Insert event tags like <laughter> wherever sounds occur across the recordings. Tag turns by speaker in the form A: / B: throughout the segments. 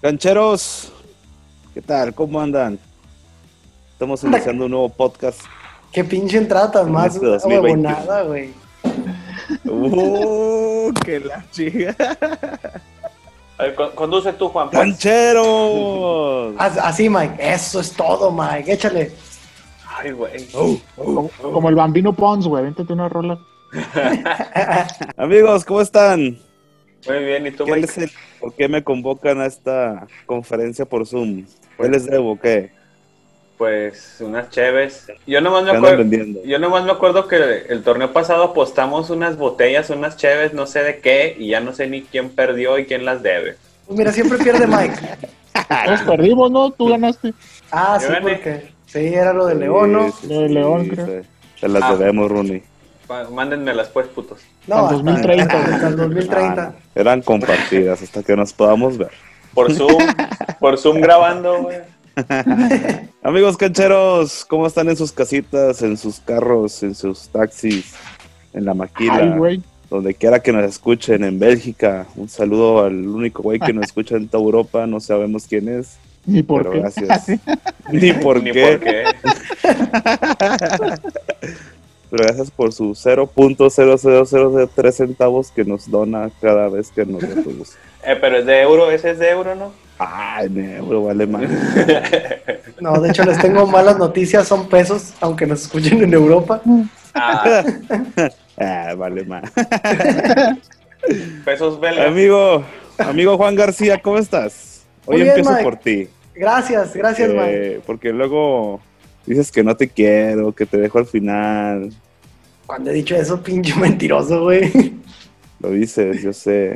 A: Cancheros, ¿qué tal? ¿Cómo andan? Estamos iniciando un nuevo podcast.
B: Qué pinche entrada tan más
A: Este 2021.
B: huevonada, güey.
A: ¡Uh! ¡Qué la chica!
C: A ver, con- conduce tú, Juan. pues.
A: ¡Cancheros!
B: Haz- Así, Mike. Eso es todo, Mike. Échale.
C: Ay, güey.
A: Oh.
D: Como, como el bambino Pons, güey. Véntete una rola.
A: Amigos, ¿cómo están?
C: Muy bien, ¿y tú,
A: ¿Qué
C: Mike?
A: les- ¿Por qué me convocan a esta conferencia por Zoom? ¿Qué les debo? ¿Qué?
C: Pues unas cheves. Yo nomás
A: ¿Qué
C: me
A: andan
C: acuerdo.
A: vendiendo?
C: Yo nomás me acuerdo que el torneo pasado apostamos unas botellas, unas cheves, no sé de qué, y ya no sé ni quién perdió y quién las debe.
B: Pues mira, siempre
A: <laughs>
B: pierde Mike.
C: Ah,
D: Todos perdimos, ¿no? Tú ganaste.
B: Ah,
C: Yo
B: sí,
C: gané.
B: porque. Sí, era lo de León, ¿no?
A: Sí, sí,
D: Lo de
A: sí,
D: León,
A: sí.
D: creo.
A: Te las
C: Ah.
A: debemos, Rooney.
C: Pa- Mándenmelas, pues, putos.
B: No,
D: Hasta el 2030, güey.
B: Hasta el 2030.
A: Ah, eran compartidas hasta que nos podamos ver.
C: Por
A: <laughs>
C: Zoom, por Zoom grabando, güey.
A: Amigos cancheros, ¿cómo están en sus casitas, en sus carros, en sus taxis, en la
D: Ay,
A: maquila?
D: güey.
A: donde quiera que nos escuchen en Bélgica. Un saludo al único güey que nos escucha en toda Europa, no sabemos quién es,
D: Ni por
A: pero
D: qué. <laughs>
A: gracias. Ni por
C: Ni
A: qué,
C: por qué.
A: pero gracias por sus 0.00003 centavos que nos dona cada vez que nos reproduce.
C: Eh, pero es de euro, ese es de euro, ¿no?
A: Ay, en euro vale más.
B: No, de hecho, les tengo malas noticias. Son pesos, aunque nos escuchen en Europa.
A: <laughs>
C: Ah,
A: Ah, vale <laughs> más.
C: pesos belgas.
A: Amigo, amigo Juan García, ¿cómo estás? Hoy
B: Muy bien,
A: empiezo
B: Mike.
A: por ti.
B: Gracias, gracias, Mike.
A: eh, porque luego dices que no te quiero, que te dejo al final.
B: Cuando he dicho eso, pinche mentiroso, güey.
A: Lo dices, yo sé.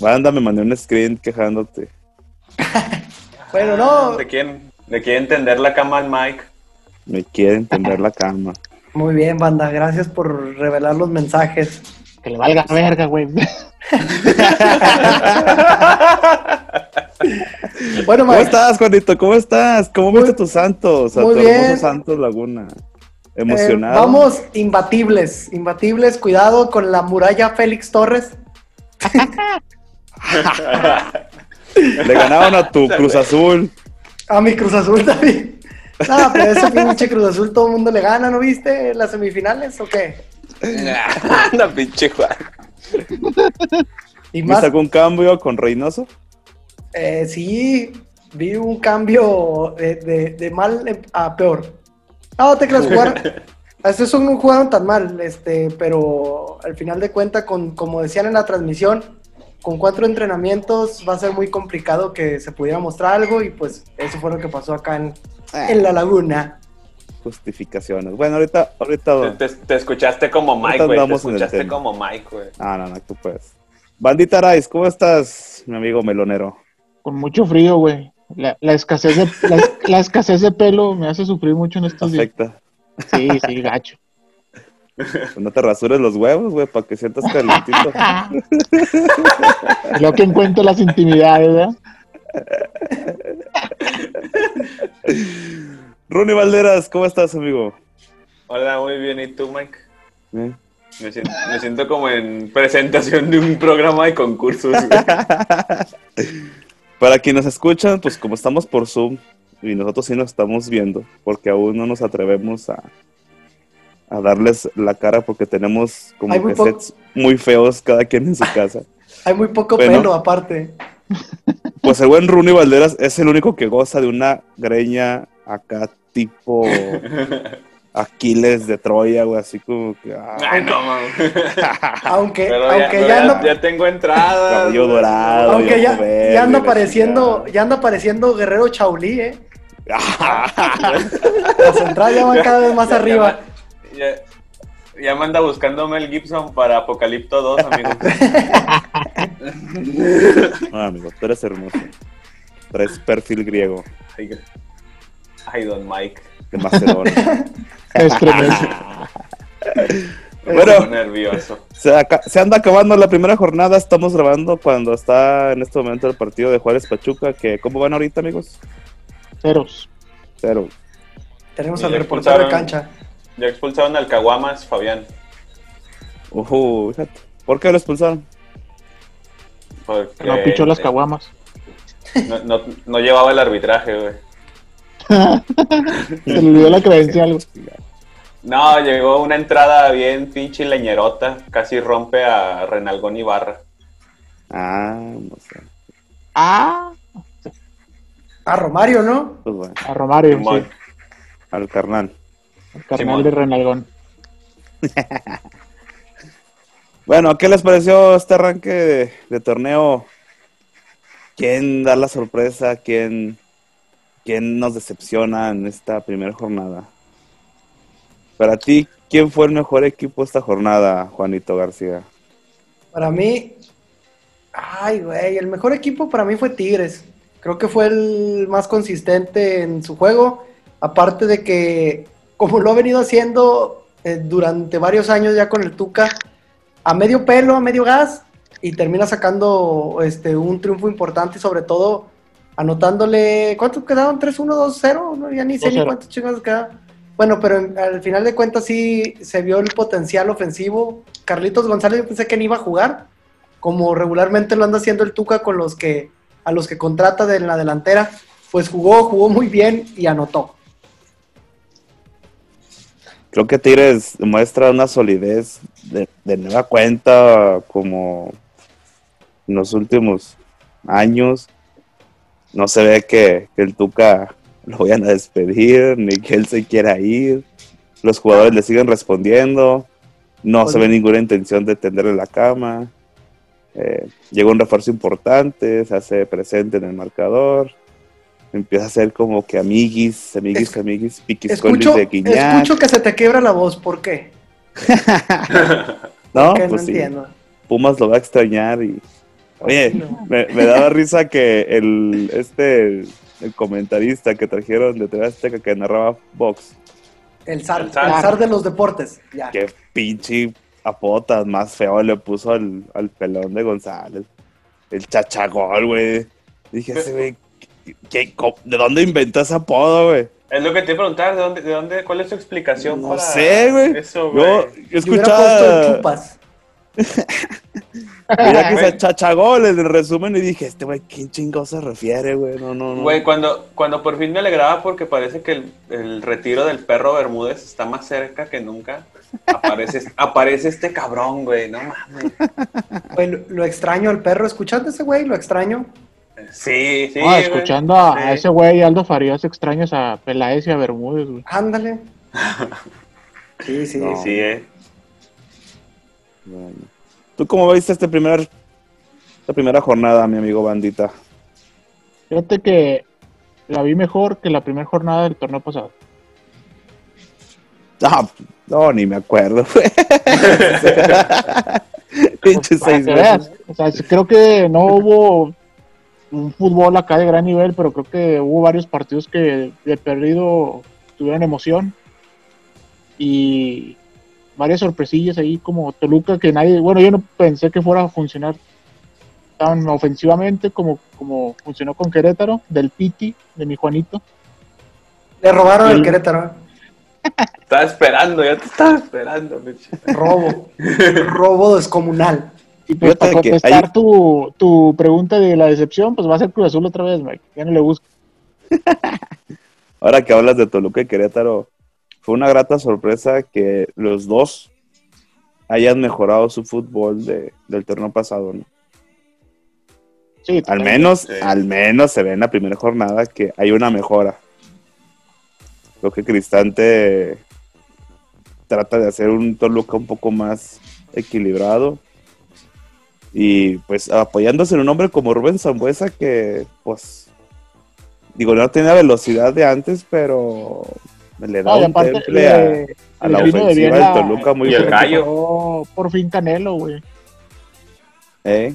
A: Banda me mandé un screen quejándote.
B: Bueno, no.
A: Ah,
C: ¿De quién? ¿De quién entender la cama al Mike?
A: Me quieren tender la
B: <laughs>
A: cama.
B: Muy bien, banda. Gracias por revelar los mensajes.
D: Que le valga verga, güey. <laughs>
B: Bueno,
A: ¿Cómo
B: Mike.
A: estás, Juanito? ¿Cómo estás? ¿Cómo
B: Muy-
A: viste tus santos? A
B: muy
A: tu hermoso
B: bien.
A: Santos Laguna.
B: Eh,
A: Emocionado.
B: vamos imbatibles, imbatibles. Cuidado con la muralla Félix Torres.
A: <laughs> Le ganaron a tu Cruz Azul.
B: A Ah, mi Cruz Azul <laughs> también. Nada, pero ese pinche Cruz Azul todo el mundo le gana, ¿no viste? ¿Las semifinales o qué?
C: <laughs> Anda, pinche Juan.
B: Y
A: Me
B: más,
A: sacó un cambio con Reynoso.
B: eh, sí, vi un cambio de, de- de mal a peor. Ah, No, te creas jugar. A estos son- no jugaron tan mal, este, pero al final de cuentas, con, como decían en la transmisión, con cuatro entrenamientos va a ser muy complicado que se pudiera mostrar algo y pues eso fue lo que pasó acá en, en la laguna.
A: Justificaciones. Bueno, ahorita, ahorita.
C: Te, te- te escuchaste como Mike,
A: Ahorita
C: güey. Te
A: andamos en el
C: escuchaste
A: tema.
C: como Mike, güey.
A: Ah, no, no, tú puedes. Bandita Rice, ¿cómo estás, mi amigo melonero?
D: Con mucho frío, güey. La, la escasez de, la, es- la escasez de pelo me hace sufrir mucho en estos días.
A: Afecta.
D: Sí, sí, gacho.
A: Pues No te rasures los huevos, güey, para que sientas
B: <laughs>
A: calentito.
D: Lo que encuentro las intimidades, ¿verdad?
A: Ronnie Valderas, ¿cómo estás, amigo?
C: Hola, muy bien. ¿Y tú, Mike?
A: ¿Eh?
C: Me siento, me siento como en presentación de un programa de concursos,
A: <laughs>
C: güey.
A: Para quienes nos escuchan, pues como estamos por Zoom y nosotros sí nos estamos viendo, porque aún no nos atrevemos a, a darles la cara porque tenemos como
B: Hay
A: que
B: muy poco-
A: sets muy feos cada quien en su casa.
B: Hay muy poco
A: Bueno.
B: pelo aparte.
A: Pues el buen Rooney Valderas es el único que goza de una greña acá tipo Aquiles de Troya, güey, así como que... ah,
C: Ay, no, mames.
B: Aunque,
C: Pero ya,
B: aunque ya,
C: pero ya,
B: anda,
C: ya tengo entrada.
A: Cabello dorado. ya
B: aunque ya,
A: joven,
B: ya anda
A: mira,
B: pareciendo,
A: chingada.
B: ya anda pareciendo Guerrero Chaulí, eh.
A: ah,
B: Las entradas ya van cada vez
C: <laughs>
B: más arriba.
C: Ya, ya me anda buscando Mel Gibson para Apocalipto 2,
A: <laughs>
C: amigo.
A: No, amigo, tú eres hermoso. Traes perfil griego
C: Ay, Ay, don Mike.
A: de Macedonia.
D: Te estremece.
C: Me
A: Bueno.
C: pongo nervioso.
A: Se, aca- se anda acabando la primera jornada, estamos grabando cuando está en este momento el partido de Juárez Pachuca, que ¿cómo van ahorita amigos?
D: Ceros.
A: Cero.
B: Tenemos
C: Y
B: al
C: ya
B: reportero de
C: expulsaron.
B: cancha.
C: Ya expulsaron al Caguamas, Fabián,
A: Ujú, fíjate. ¿Por qué lo expulsaron?
C: porque- Eh,
D: No pichó las caguamas.
C: No, no, no llevaba el arbitraje, güey. eh.
D: Se le olvidó la credencial. güey.
C: No, llegó una entrada bien pinche leñerota. Casi rompe a Renalgón Ibarra.
A: Ah, no sé.
D: Ah,
B: Ah, Romario, ¿no?
A: Pues bueno,
D: a Romario, sí,
C: Simón.
A: al carnal.
D: el carnal
C: Simón.
D: de Renalgón.
A: Bueno, ¿qué les pareció este arranque de, de torneo? ¿Quién da la sorpresa? ¿Quién, ¿Quién nos decepciona en esta primera jornada? Para ti, ¿quién fue el mejor equipo esta jornada, Juanito García?
B: Para mí, ay, güey, el mejor equipo para mí fue Tigres. Creo que fue el más consistente en su juego. Aparte de que, como lo ha venido haciendo eh, durante varios años ya con el Tuca, a medio pelo, a medio gas, y termina sacando este, un triunfo importante y sobre todo anotándole, ¿cuántos quedaron? ¿3-1, 2-0? No, ya ni sé ni
D: 2-0.
B: cuántos chingados quedaron. Bueno, pero en- al final de cuentas sí se vio el potencial ofensivo. Carlitos González yo pensé que no iba a jugar, como regularmente lo anda haciendo el Tuca con los que a los que contrata de la delantera, pues jugó, jugó muy bien y anotó.
A: Creo que Tigres muestra una solidez de, de nueva cuenta como en los últimos años. No se ve que, que el Tuca lo vayan a despedir, ni que él se quiera ir. Los jugadores le siguen respondiendo. No se ve ninguna intención de tenderle la cama. Eh, llega un refuerzo importante, se hace presente en el marcador. Empieza a ser como que amiguis, amiguis,
B: Es-
A: amiguis, piquis con
B: Escucho,
A: de Guiñac.
B: escucho que se te quiebra la voz, ¿por qué?
A: No,
B: Que
A: pues
B: no
A: sí.
B: entiendo.
A: Pumas lo va a extrañar y. Oye,
B: No.
A: me, me daba risa que el este el comentarista que trajeron de TV Azteca que narraba Vox,
B: El zar,
C: El
B: el
C: zar.
B: zar, de los deportes. Ya.
A: que pinche apotas más feo le puso al, al pelón de González. El chachagol, güey. Dije ese güey, ¿qué- qué- cómo- ¿de dónde inventó ese apodo, güey?
C: Es lo que te iba a preguntar, ¿de dónde, de dónde, ¿cuál es su explicación?
A: No
C: para
A: sé, güey.
C: Eso, güey.
A: Yo, yo
B: Yo hubiera puesto el
A: escuchaba.
B: chupas.
A: Mira que
C: <laughs> Güey.
A: se chachagol en el resumen y dije, este güey, ¿quién chingo se refiere, güey? No, no, no.
C: Güey, cuando, cuando por fin me alegraba porque parece que el, el retiro del perro Bermúdez está más cerca que nunca, <laughs> aparece, aparece este cabrón, güey, no mames.
B: Güey, lo, lo extraño al perro. ¿Escuchaste ese güey? Lo extraño.
C: Sí, sí.
D: Ah,
C: güey.
D: escuchando a, a
C: Sí.
D: ese güey Aldo Farías extrañas a Peláez y a Bermúdez, güey.
B: Ándale. Sí, sí.
A: No.
C: Sí, eh.
A: Bueno. ¿Tú cómo viste este primer, esta primera jornada, mi amigo bandita?
D: Fíjate que la vi mejor que la primera jornada del torneo pasado.
A: No, Ah, no ni me acuerdo. <laughs>
D: <laughs>
A: güey. Pinche
D: Pues, para
A: seis
D: que
A: veces.
D: veas. O sea, sí, creo que no hubo un fútbol acá de gran nivel, pero creo que hubo varios partidos que de perdido tuvieron emoción. Y varias sorpresillas ahí como Toluca que nadie, bueno, yo no pensé que fuera a funcionar tan ofensivamente como, como funcionó con Querétaro, del Piti, de mi Juanito.
B: Le robaron el
D: Sí.
B: Querétaro. ¿eh?
C: Estaba esperando, ya te estaba esperando, pinche.
B: Robo. Robo descomunal.
D: Y pues
A: Fíjate
D: para
A: que
D: contestar
A: ahí-
D: tu, tu pregunta de la decepción, pues va a ser Cruz Azul otra vez, Mike. Ya no le busco.
A: Ahora que hablas de Toluca y Querétaro, fue una grata sorpresa que los dos hayan mejorado su fútbol de- del torneo pasado. ¿no?
D: Sí,
A: Al menos,
C: Sí.
A: al menos se ve en la primera jornada que hay una mejora. Creo que Cristante trata de hacer un Toluca un poco más equilibrado. Y pues apoyándose en un hombre como Rubén Zambuesa que pues digo no tiene la velocidad de antes, pero le da
D: No, y
A: un
D: aparte eh,
A: temple
D: le-
A: a- a,
D: le
A: la
D: vino de bien
A: ofensiva del
D: la-
A: Toluca muy
C: y el
A: bien.
C: gallo.
D: Oh, por fin Canelo, güey.
A: ¿Eh?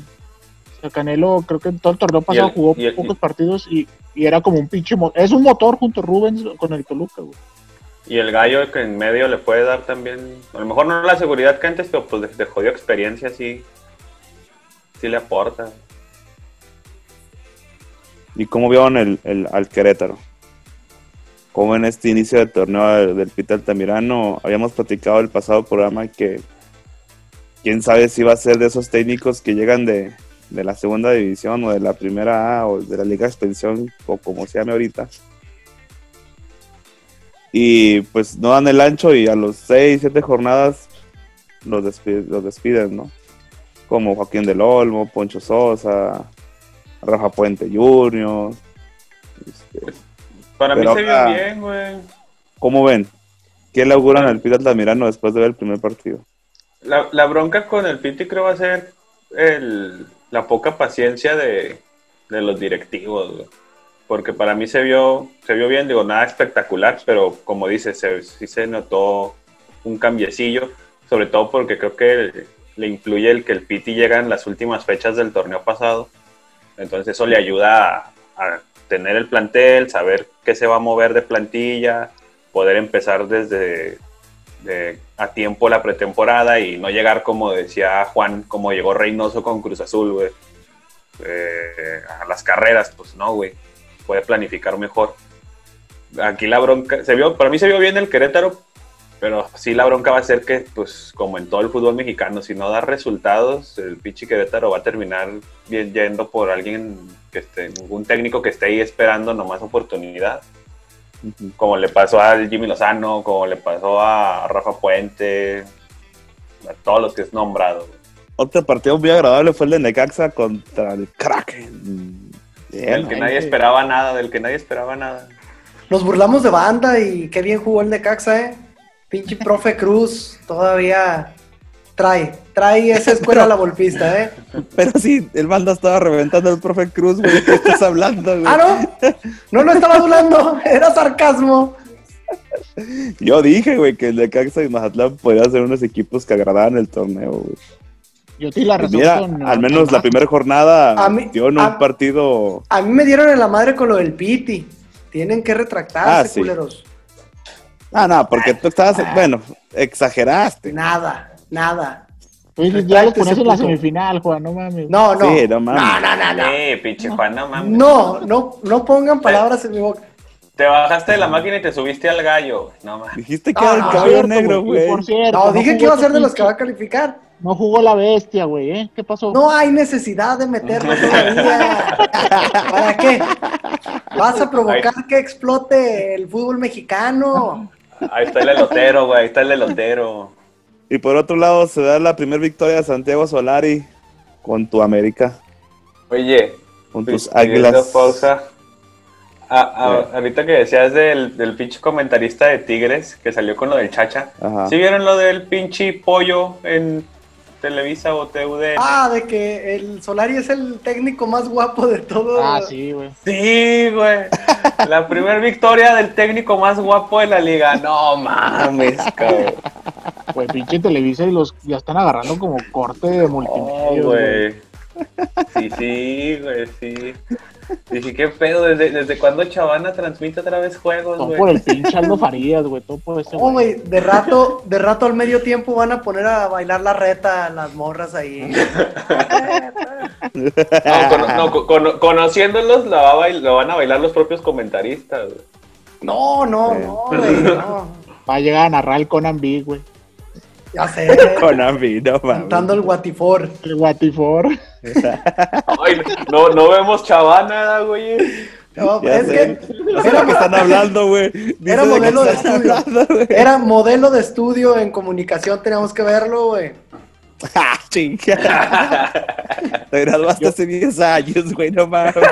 D: O sea, Canelo, creo que en todo el torneo pasado
C: Y el-
D: jugó
C: y el-
D: pocos partidos y, y era como un pinche. mo- Es un motor junto a Rubens con el Toluca, güey.
C: Y el gallo que en medio le puede dar también, a lo mejor no la seguridad que antes, pero pues de, de jodido experiencia sí, sí le aporta.
A: ¿Y cómo vieron el, el- al Querétaro? Como en este inicio del torneo del, del Pita Altamirano, habíamos platicado el pasado programa que quién sabe si va a ser de esos técnicos que llegan de, de la segunda división o de la primera A o de la Liga de Extensión o como se llame ahorita. Y pues no dan el ancho y a los 6, 7 jornadas los, despiden, los despiden, ¿no? Como Joaquín del Olmo, Poncho Sosa, Rafa Puente Jr. este,
C: Para mí
A: Pero
C: se vio
A: acá-
C: bien, güey.
A: ¿Cómo ven? ¿Qué le auguran al Pirata Altamirano después de ver el primer partido?
C: La, la bronca con el Piti creo va a ser el, la poca paciencia de, de los directivos, güey. Porque para mí se vio, se vio bien, digo, nada espectacular, pero como dices, se, sí se notó un cambiecillo, sobre todo porque creo que el- le influye el que el Piti llega en las últimas fechas del torneo pasado. Entonces eso le ayuda a, a tener el plantel, saber qué se va a mover de plantilla, poder empezar desde de- a tiempo la pretemporada y no llegar como decía Juan, como llegó Reynoso con Cruz Azul, güey. Eh, a las carreras, pues no, güey. Puede planificar mejor. Aquí la bronca, se vio, para mí se vio bien el Querétaro, pero sí la bronca va a ser que, pues como en todo el fútbol mexicano, si no da resultados, el pinche Querétaro va a terminar bien yendo por alguien que esté, ningún técnico que esté ahí esperando nomás oportunidad como le pasó al Jimmy Lozano, como le pasó a Rafa Puente, a todos los que es nombrado. güey.
A: Otro partido muy agradable fue el de Necaxa contra el Kraken.
C: Del
A: Bien,
C: que
A: Eh, ¿no?
C: nadie
D: sí.
C: esperaba nada, del que nadie esperaba nada.
B: Nos burlamos de banda y qué bien jugó el Necaxa, ¿eh? Pinche profe Cruz todavía trae, trae esa escuela a la golpista, ¿eh?
A: Pero sí, el banda estaba reventando al profe Cruz, güey. ¿de ¿Qué estás hablando, güey?
B: <laughs> Ah, no, no lo estaba burlando, <laughs> era sarcasmo.
A: Yo dije, güey, que el Necaxa y Mazatlán podrían ser unos equipos que agradaban el torneo, güey.
D: Yo te di la
A: Pues
D: razón.
A: mira,
D: con-
A: al menos
D: con-
A: la primera jornada
B: A mí-
A: dio en un
B: a-
A: partido.
B: A mí me dieron en la madre con lo del Piti. Tienen que retractarse,
A: Ah, sí.
B: culeros.
A: Ah, no, porque tú estabas, bueno, exageraste.
B: Nada, nada.
D: Oye, ya lo
B: Retracte
D: pones
B: ese
D: en la
B: puto.
D: semifinal, Juan, no mames.
B: No, no.
A: Sí, no mames.
B: No, no, no, no.
C: Eh, pinche Juan, no mames.
B: No, no, no pongan palabras en mi boca.
C: Te bajaste de la máquina y te subiste al gallo. güey. No mames.
A: Dijiste que
B: Ah,
A: era el
B: no,
A: caballo
D: Cierto,
A: negro,
D: güey, y
A: güey.
D: por cierto,
B: No, dije
D: jugó
B: que iba a
D: tu
B: ser de los
D: pinche-
B: que va a calificar.
D: No jugó la bestia, güey, ¿eh? ¿Qué pasó?
B: No hay necesidad de meterlo todavía. ¿Para qué? Vas a provocar que explote el fútbol mexicano.
C: Ahí está el elotero, güey. Ahí está el elotero.
A: Y por otro lado, se da la primera victoria de Santiago Solari con tu América,
C: Oye,
A: con tus
C: pidiendo
A: águilas.
C: pausa. A- a- Ahorita que decías del, del pinche comentarista de Tigres que salió con lo del Chacha.
A: Ajá.
C: ¿Sí vieron lo del pinche pollo en Televisa o TUD?
B: Ah, de que el Solari es el técnico más guapo de todo.
D: Ah, sí, güey.
C: Sí, güey. La primera victoria del técnico más guapo de la liga. No mames, cabrón.
D: Güey, Pues pinche Televisa y los ya están agarrando como corte de
C: No,
D: multimedia, güey.
C: güey. Sí, sí, güey, sí. Dije, qué pedo, ¿desde, desde cuándo Chavana transmite otra vez juegos,
D: Todo por
C: güey?
D: el pinche Aldo Farías, güey. Todo por ese
B: No,
D: güey.
B: Oh, güey, de
A: <laughs>
B: rato, de rato al medio tiempo van a poner a bailar la reta a las morras ahí.
C: No, cono- no, co- cono- conociéndolos, la va a bail- lo van a bailar los propios comentaristas, güey.
B: No, no, no, güey, no.
D: Va a llegar a narrar el Conan Big, güey.
B: Ya sé,
A: <laughs> Con Ami, no
B: cantando el
A: mames.
B: guatifor.
D: El Guatifor.
C: Ay, no, no vemos Chavana, güey.
B: No,
A: Ya
B: es
A: sé.
B: que
A: No <laughs> sé de lo que están hablando, güey. Dice
B: Era
A: de qué
B: modelo de
A: están
B: estudio.
A: hablando,
B: <laughs>
A: güey.
B: era modelo de estudio en comunicación, teníamos que verlo, güey.
A: ¡Ah, chinga!
C: <laughs>
A: Te graduaste hace 10 años, güey, no mames.
B: <laughs>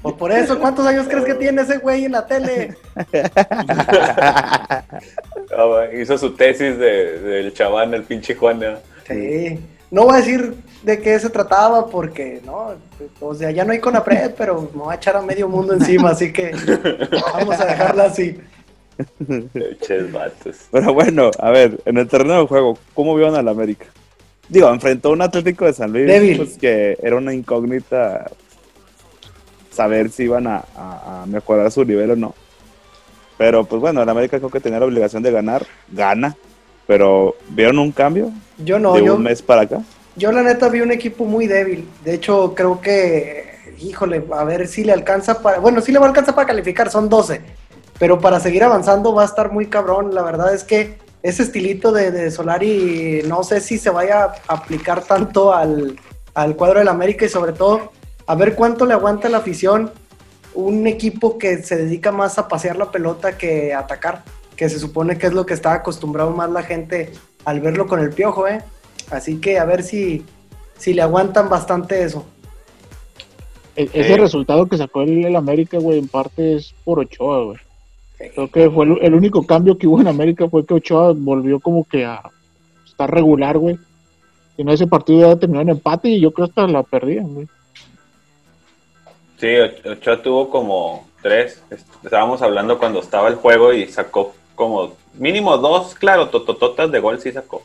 B: Pues por eso, ¿cuántos años crees que tiene ese güey en la tele?
C: Ah, güey, Hizo su tesis de, del Chavana, el pinche Juana.
B: Sí. No voy a decir de qué se trataba porque, no, o sea, ya no hay Conapred, pero me va a echar a medio mundo encima,
A: <laughs>
B: así que vamos a dejarla así.
C: Pinches vatos.
A: Pero bueno, a ver, en el terreno de juego, ¿cómo vieron al América? Digo, enfrentó a un Atlético de San Luis
B: Débil.
A: pues, que era una incógnita saber si iban a, a- a mejorar su nivel o no. Pero pues bueno, el América creo que tenía la obligación de ganar, gana. Pero ¿vieron un cambio
B: Yo no,
A: de
B: yo,
A: un mes para acá?
B: yo la neta vi un equipo muy débil. De hecho, creo que, híjole, a ver si le alcanza para, bueno, sí le va a alcanzar para calificar, son 12. Pero para seguir avanzando va a estar muy cabrón. La verdad es que ese estilito de, de Solari, no sé si se vaya a aplicar tanto al, al cuadro del América y sobre todo a ver cuánto le aguanta la afición un equipo que se dedica más a pasear la pelota que a atacar, que se supone que es lo que está acostumbrado más la gente al verlo con el piojo, ¿eh? Así que a ver si, si le aguantan bastante eso.
D: E- Ese
C: Sí.
D: resultado que sacó el, el América, güey, en parte es por Ochoa, güey. Creo que fue el, el único cambio que hubo en América fue que Ochoa volvió como que a estar regular, güey. Si no, ese partido ya terminó en empate y yo creo hasta la perdían, güey.
C: Sí, Ochoa tuvo como tres. Est- Estábamos hablando cuando estaba el juego y sacó como mínimo dos, claro, totototas de gol sí sacó.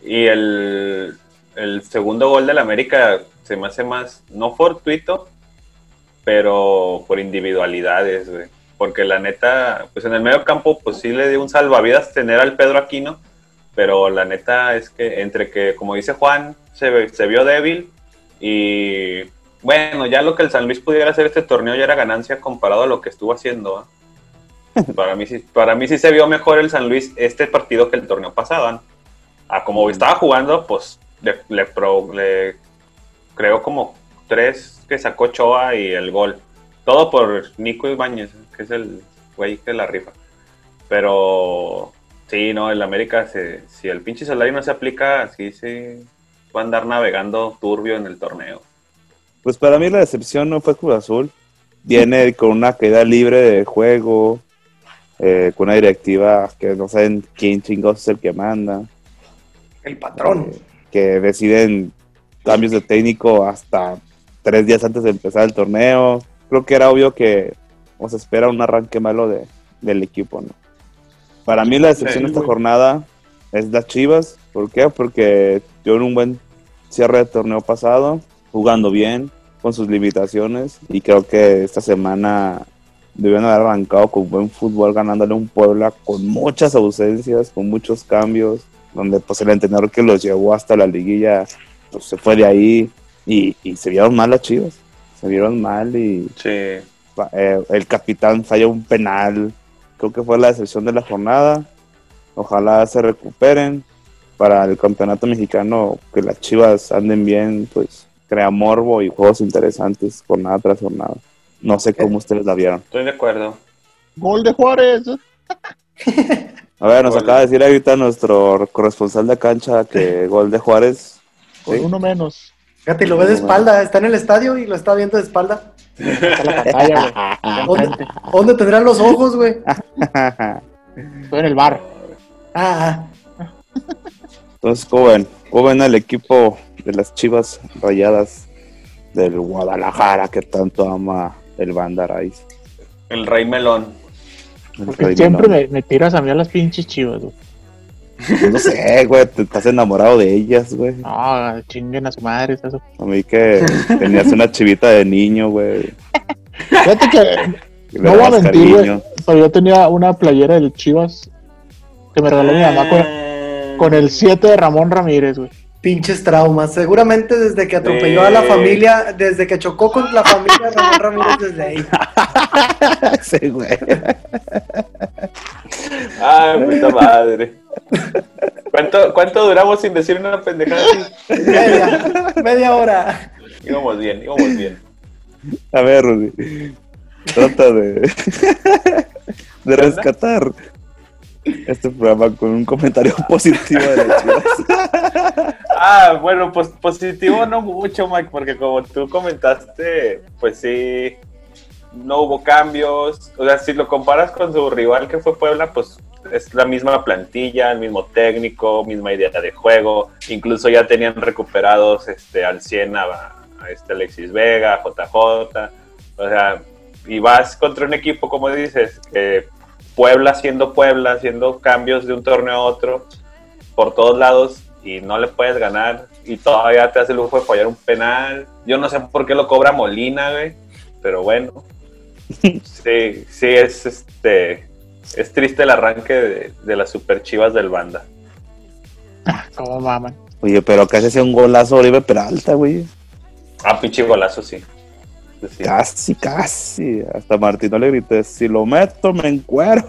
C: Y el, el segundo gol del América se me hace más, no fortuito, pero por individualidades, güey. Porque la neta, pues en el medio campo, pues sí le dio un salvavidas tener al Pedro Aquino, pero la neta es que entre que, como dice Juan, se, ve- se vio débil y bueno, ya lo que el San Luis pudiera hacer este torneo ya era ganancia comparado a lo que estuvo haciendo. ¿ah? Para mí, sí- para mí sí se vio mejor el San Luis este partido que el torneo pasado. ¿ah? A como estaba jugando, pues le, le pro- le creó como tres que sacó Choa y el gol. Todo por Nico Ibáñez, que es el güey que la rifa. Pero sí, no, el América, se- si el pinche salario no se aplica, así se va a andar navegando turbio en el torneo.
A: Pues para mí la decepción no fue Cruz Azul. Viene con una caída libre de juego, eh, con una directiva que no saben quién chingados es el que manda,
B: El patrón.
A: eh, que deciden cambios de técnico hasta tres días antes de empezar el torneo. Creo que era obvio que nos espera un arranque malo de, del equipo, ¿no? Para mí la decepción
C: Sí,
A: de esta
C: güey.
A: jornada es las Chivas. ¿Por qué? Porque tuvieron un buen cierre de torneo pasado, jugando bien, con sus limitaciones. Y creo que esta semana debieron haber arrancado con buen fútbol, ganándole a un Puebla con muchas ausencias, con muchos cambios, donde pues el entrenador que los llevó hasta la liguilla pues, se fue de ahí y, y se vieron mal las Chivas. Se vieron mal y
C: Sí.
A: fa- eh, el capitán falla un penal. Creo que fue la decepción de la jornada. Ojalá se recuperen para el campeonato mexicano, que las chivas anden bien, pues crea morbo y juegos interesantes jornada tras jornada. No sé cómo ustedes la vieron.
C: Estoy de acuerdo.
D: Gol de Juárez.
A: A ver, nos
C: Gol.
A: acaba de decir ahorita nuestro corresponsal de cancha que gol de Juárez.
D: Con
A: Sí.
D: uno menos.
B: Fíjate, y lo ve de
A: Bueno.
B: espalda, está en el estadio y lo está viendo de espalda.
D: Está la pantalla, güey. Está <laughs>
B: ¿Dónde,
D: enfrente.
B: dónde tendrán los ojos, güey?
D: Estoy en el bar.
B: Ah,
A: Entonces, ¿cómo ven? ¿Cómo ven al equipo de las chivas rayadas del Guadalajara que tanto ama el Banda Raíz?
C: El Rey Melón.
A: El
D: Porque
A: Rey
D: siempre
A: Melón.
D: me, me tiras a mí a las pinches chivas, güey.
A: Pues No sé, güey, te estás enamorado de ellas, güey.
D: No, chinguen a su madre. esas-
A: A mí que tenías una chivita de niño, güey.
D: Fíjate que
A: que le
D: No voy a
A: dabas
D: mentir, güey,
A: cariño.
D: pero yo tenía una playera del Chivas que me regaló mi mamá con,
C: Mm.
D: con el 7 de Ramón Ramírez, güey.
B: pinches traumas. Seguramente desde que atropelló
C: Sí.
B: a la familia, desde que chocó con la familia Ramón Ramírez desde ahí.
A: <laughs> Sí, güey.
C: Ay, puta madre. <laughs> ¿Cuánto, cuánto duramos sin decir una pendejada así?
B: Media, media hora.
C: Íbamos bien, íbamos bien.
A: A ver, Rudy. Trata <laughs> de, de rescatar este programa con un comentario <laughs> positivo de las chivas.
C: Ah, bueno, pues positivo no mucho, Mike, porque como tú comentaste, pues sí, no hubo cambios. O sea, si lo comparas con su rival que fue Puebla, pues es la misma plantilla, el mismo técnico, misma idea de juego. Incluso ya tenían recuperados este, al 100 a, a este Alexis Vega, a JJ. O sea, y vas contra un equipo, como dices, que Puebla siendo Puebla, haciendo cambios de un torneo a otro por todos lados y no le puedes ganar y todavía te hace el lujo de fallar un penal. Yo no sé por qué lo cobra Molina, güey, pero bueno. Sí, sí, es este es triste el arranque de, de las super chivas del banda.
D: Como maman.
A: Oye, pero casi hacía un golazo Oribe Peralta, güey.
C: Ah, pinche golazo, sí. Sí.
A: Casi, casi. Hasta Martino le grité, si lo meto, me encuero.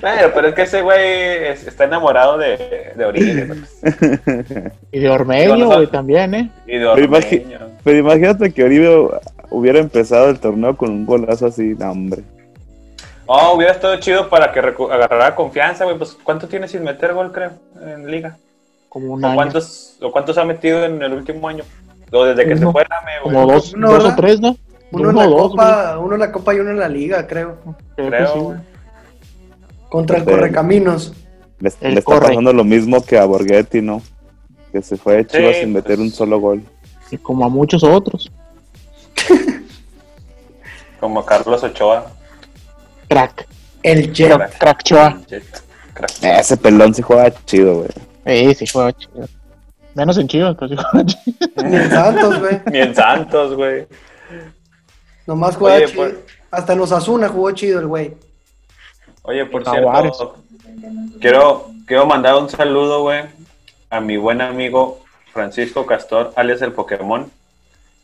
C: Bueno, pero es que ese güey es- está enamorado de, de Origi, pues,
D: Y de Ormeño,
C: Gonzalo.
D: güey, también, ¿eh?
C: Y de
A: Pero imagi-
C: Ormeño.
A: <laughs> Pero imagínate que Oribe hubiera empezado el torneo con un golazo así, no, hombre.
C: Oh, hubiera estado chido para que recu- agarrara confianza, güey. Pues, ¿cuánto tiene sin meter gol, creo, en liga?
D: Como un
C: ¿O
D: año.
C: cuántos, ¿O cuántos ha metido en el último año? O desde que se
D: Uno.
C: fue Rame, güey.
D: Como dos,
B: Uno,
D: dos o
B: ¿verdad?
D: tres, ¿no?
B: Uno en la
D: Uno o dos,
B: Copa, uno en la Copa y uno en la Liga, creo.
D: Creo que
C: Creo,
D: sí,
C: güey.
D: güey.
B: Contra el
A: Pero-
B: Correcaminos.
A: Le,
D: El
A: le está
D: corre.
A: pasando lo mismo que a Borghetti, ¿no? Que se fue de
C: Sí,
A: Chivas sin
C: pues.
A: meter un solo gol.
D: Y como a muchos otros.
C: Como Carlos Ochoa.
D: Crack.
B: El Jet.
D: Crack, crack Choa.
C: Jet. Crack.
A: Ese pelón sí juega chido, güey.
D: Eh, sí, juega chido. Menos en Chivas, pues, pero sí juega chido.
B: Ni el Santos, güey.
C: Ni en Santos, güey.
B: Nomás jugaba
C: Oye,
B: chido.
C: pues-
B: Hasta en los Asuna jugó chido el güey.
C: Oye, por
D: Jaguares.
C: cierto, quiero, quiero mandar un saludo, güey, a mi buen amigo Francisco Castor, alias el Pokémon,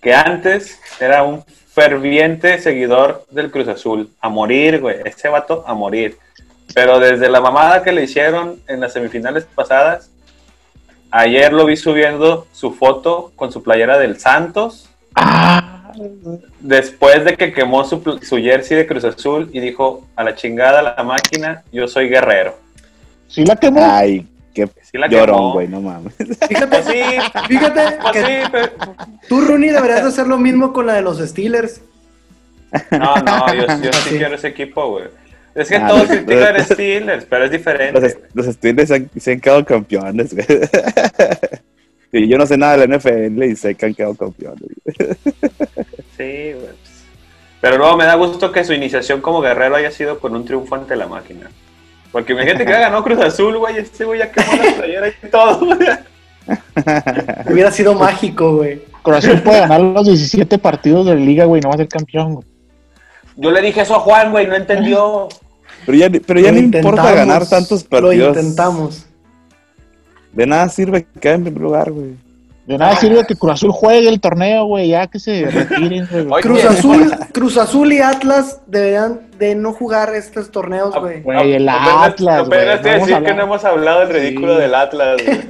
C: que antes era un ferviente seguidor del Cruz Azul. A morir, güey. Este vato a morir. Pero desde la mamada que le hicieron en las semifinales pasadas, ayer lo vi subiendo su foto con su playera del Santos
D: Ah,
C: después de que quemó su, pl- su jersey de Cruz Azul y dijo, a la chingada la máquina, yo soy guerrero.
D: sí la quemó.
A: Ay, qué
C: Sí la quemó.
A: llorón, güey, no mames.
B: Fíjate,
C: Pues sí, <laughs>
B: fíjate
A: <laughs>
C: pues
B: que
C: sí, pero-
B: tú, Rooney, deberías de hacer lo mismo con la de los Steelers.
C: No, no, yo, yo
B: Pues sí.
C: sí quiero ese equipo, güey. Es que
A: Ah,
C: todos
A: los-
C: critican
A: los-
C: Steelers, pero es diferente.
A: Los, est- los Steelers se han, se han quedado campeones, güey. <laughs> Y yo no sé nada de la NFL y sé que han quedado campeones. güey.
C: Sí, güey. pues. Pero luego me da gusto que su iniciación como guerrero haya sido con un triunfo ante la máquina. Porque imagínate que ya ganó Cruz Azul, güey, este güey ya quemó la playera y todo, güey.
B: Hubiera sido
A: Pues,
B: mágico, güey.
D: Cruz Azul puede ganar los 17 partidos de la liga, güey, no va a ser campeón, güey.
C: Yo le dije eso a Juan, güey, no entendió.
A: Pero ya, ni- pero ya
B: Lo
A: no importa
B: intentamos,
A: ganar tantos partidos.
B: Lo intentamos.
A: De nada sirve que quede en primer lugar, güey.
D: De nada sirve que Cruz Azul juegue el torneo, güey, ya que se retiren, güey.
C: Oye,
B: Cruz Azul, Cruz Azul y Atlas deberían de no jugar estos torneos,
C: Ah,
B: güey.
D: Güey, el
C: apenas-
D: Atlas, güey,
C: apenas te
D: vamos a
C: decir
D: hablar.
C: que no hemos hablado del ridículo
D: Sí.
C: del Atlas, güey.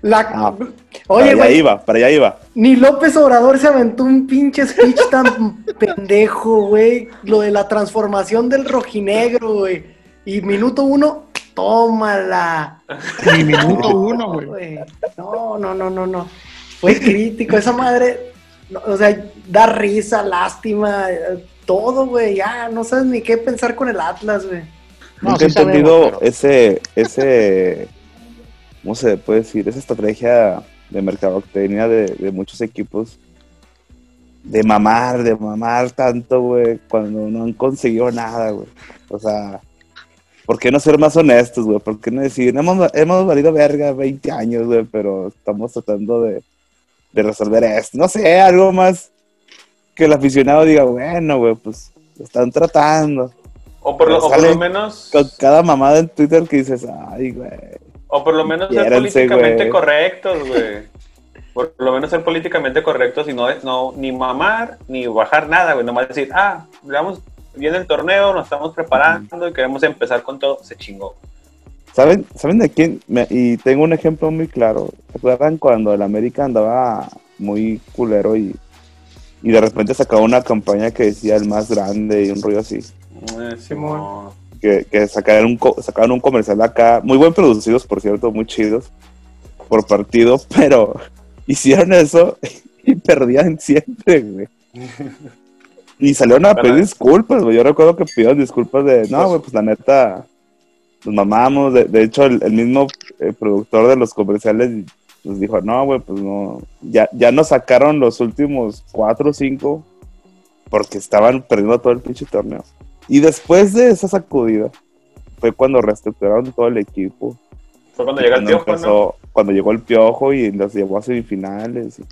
B: La-
A: Ah,
B: Oye,
A: para allá
B: güey,
A: iba, para allá iba.
B: ni López Obrador se aventó un pinche speech tan <laughs> pendejo, güey. Lo de la transformación del rojinegro, güey. Y minuto uno, tómala.
D: Ni minuto uno, güey.
B: güey. <laughs> No, no, no, no, no. Fue crítico, esa madre. no, o sea, da risa, lástima, eh, todo, güey. Ya, no sabes ni qué pensar con el Atlas, güey.
D: No,
A: Nunca he
D: sí
A: entendido
D: sabemos, pero-
A: ese, ese, ¿cómo se puede decir? Esa estrategia de mercadotecnia de, de muchos equipos. De mamar, de mamar tanto, güey, cuando no han conseguido nada, güey. O sea, ¿por qué no ser más honestos, güey? ¿Por qué no decir, hemos, hemos valido verga 20 años, güey, pero estamos tratando de, de resolver esto? No sé, algo más que el aficionado diga, bueno, güey, pues están tratando.
C: O por, lo, o por
A: Sale
C: lo menos,
A: Con cada mamada en Twitter que dices, ay, güey.
C: o por lo menos ser
A: Quiéranse,
C: políticamente
A: güey.
C: correctos, güey. Por lo menos ser políticamente correctos y no, no ni mamar ni bajar nada, güey. Nomás decir, ah, vamos bien el torneo, nos estamos preparando y queremos empezar con todo. Se chingó.
A: ¿Saben, ¿Saben de quién? Me- y tengo un ejemplo muy claro. ¿Se acuerdan cuando el América andaba muy culero y, y de repente sacaba una campaña que decía el más grande y un rollo así?
C: Eh,
B: Simón.
A: Que, que sacaron, un co- sacaron un comercial acá, muy buen producidos, por cierto, muy chidos, por partido, <laughs> pero hicieron eso <laughs> y perdían siempre, güey. Y salieron a pedir
C: Pero-
A: disculpas, güey. Yo recuerdo que pidieron disculpas de, no,
C: Pues-
A: güey, pues la neta, nos mamamos. De, de hecho, el, el mismo eh, productor de los comerciales nos dijo, no, güey, pues no, ya, ya nos sacaron los últimos cuatro o cinco porque estaban perdiendo todo el pinche torneo. Y después de esa sacudida, fue cuando reestructuraron todo el equipo.
C: Fue cuando llegó el
A: Cuando
C: tiempo, ¿no?
A: empezó- Cuando llegó el piojo y los llevó a semifinales. y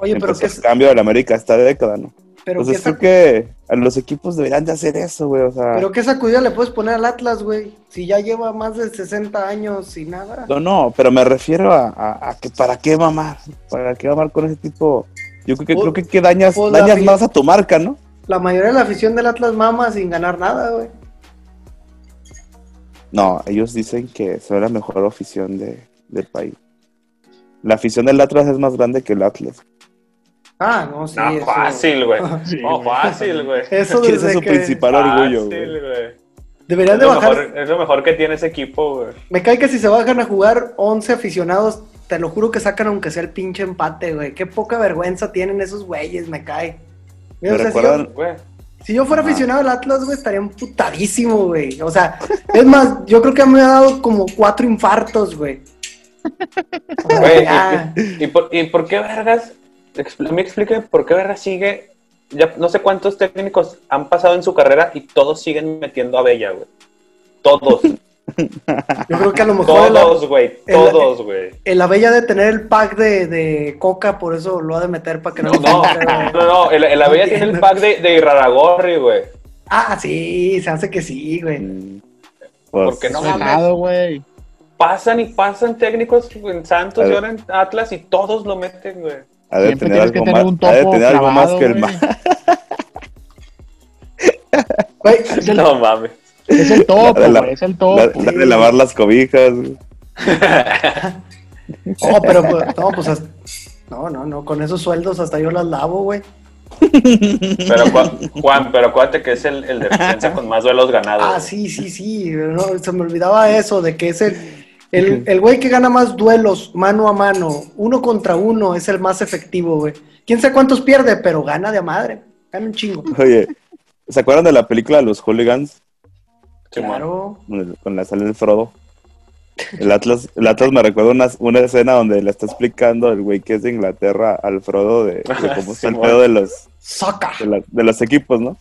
B: Oye, pero
A: empezó
B: qué,
A: el cambio de la América esta década, ¿no?
B: pero qué
A: Entonces creo
B: sac-
A: que a los equipos deberían de hacer eso, güey. O sea,
B: Pero qué sacudida le puedes poner al Atlas, güey. Si ya lleva más de 60 años y nada.
A: no, no, pero me refiero a, a- a que para qué mamar, para qué mamar con ese tipo. Yo creo que,
B: Pues-
A: creo que, que dañas,
B: pues la
A: dañas
B: vi-
A: más a tu marca, ¿no?
B: La mayoría de la afición del Atlas mama sin ganar nada, güey.
A: No, ellos dicen que son la mejor afición de, del país. La afición del Atlas es más grande que el Atlas.
B: Ah, no, sí.
C: No,
B: eso-
C: fácil,
B: <laughs>
C: güey.
D: Sí,
C: No,
D: güey.
C: fácil, güey.
A: <laughs>
B: Eso
A: Que ese es
B: desde
A: su
B: que Ah,
A: principal orgullo, güey.
C: Fácil, güey.
B: Deberían
C: Es
B: de
C: lo
B: bajar.
C: mejor- es lo mejor que tiene ese equipo, güey.
B: Me cae que si se bajan a jugar 11 aficionados, te lo juro que sacan aunque sea el pinche empate, güey. Qué poca vergüenza tienen esos güeyes, me cae.
A: ¿Me
B: Mira, o sea, si,
A: recuerdan?
B: yo,
C: Güey,
B: si yo fuera
A: Ah.
B: aficionado al Atlas, güey, estaría emputadísimo, güey. O sea, es más, yo creo que me ha dado como cuatro infartos, güey. O sea, <laughs>
C: Güey,
B: ya.
C: ¿Y por, ¿Y por qué vergas? expl- A mí explique por qué vergas sigue. Ya no sé cuántos técnicos han pasado en su carrera y todos siguen metiendo a Bella, güey.
B: <laughs>
C: Todos,
B: Yo creo que a lo mejor el,
C: todos, güey,
B: en la-
C: todos, güey.
B: el Abella de tener el pack de, de coca, por eso lo ha de meter para que no, lo
C: No, no,
B: compre, güey.
C: no, no, el, el Abella tiene el pack de, de Iraragorri, güey.
B: Ah, sí, se hace que sí, güey.
A: <laughs> Mm. Pues,
C: Porque no mames.
D: Pelado, güey.
C: Pasan y pasan técnicos en Santos
A: A
C: y
A: ver.
C: ahora en Atlas y todos lo meten, güey.
A: Ha de
D: Siempre
A: tener
D: tienes que
A: algo más,
D: tener un
A: ha de
D: topo
A: tener algo más
D: clavado,
A: que el
D: güey.
A: más.
B: Güey,
C: <laughs> No mames.
D: Es el
A: <laughs>
D: topo,
A: La- la-
D: güey. Es el
A: La,
D: topo.
A: la de lavar las cobijas. güey.
B: No, pero pues, no, pues hasta- no, no, no, con esos sueldos hasta yo las lavo, güey.
C: Pero, acu- Juan, pero acuérdate que es el, el de
B: <laughs>
C: defensa con más duelos ganados.
B: Ah,
C: güey.
B: sí, sí, sí, no, se me olvidaba eso, de que es el, el, el güey que gana más duelos mano a mano, uno contra uno, es el más efectivo, güey. Quién sabe cuántos pierde, pero gana de a madre, gana un chingo.
A: Oye, ¿se acuerdan de la película Los Hooligans?
C: Simón.
B: Claro.
A: Con la sala del Frodo. El Atlas, el Atlas me recuerda una, una escena donde le está explicando el güey que es de Inglaterra al Frodo de, de cómo está el
C: Ah, Simón.
A: pedo de los,
B: Saca.
A: de, la- de los equipos, ¿no?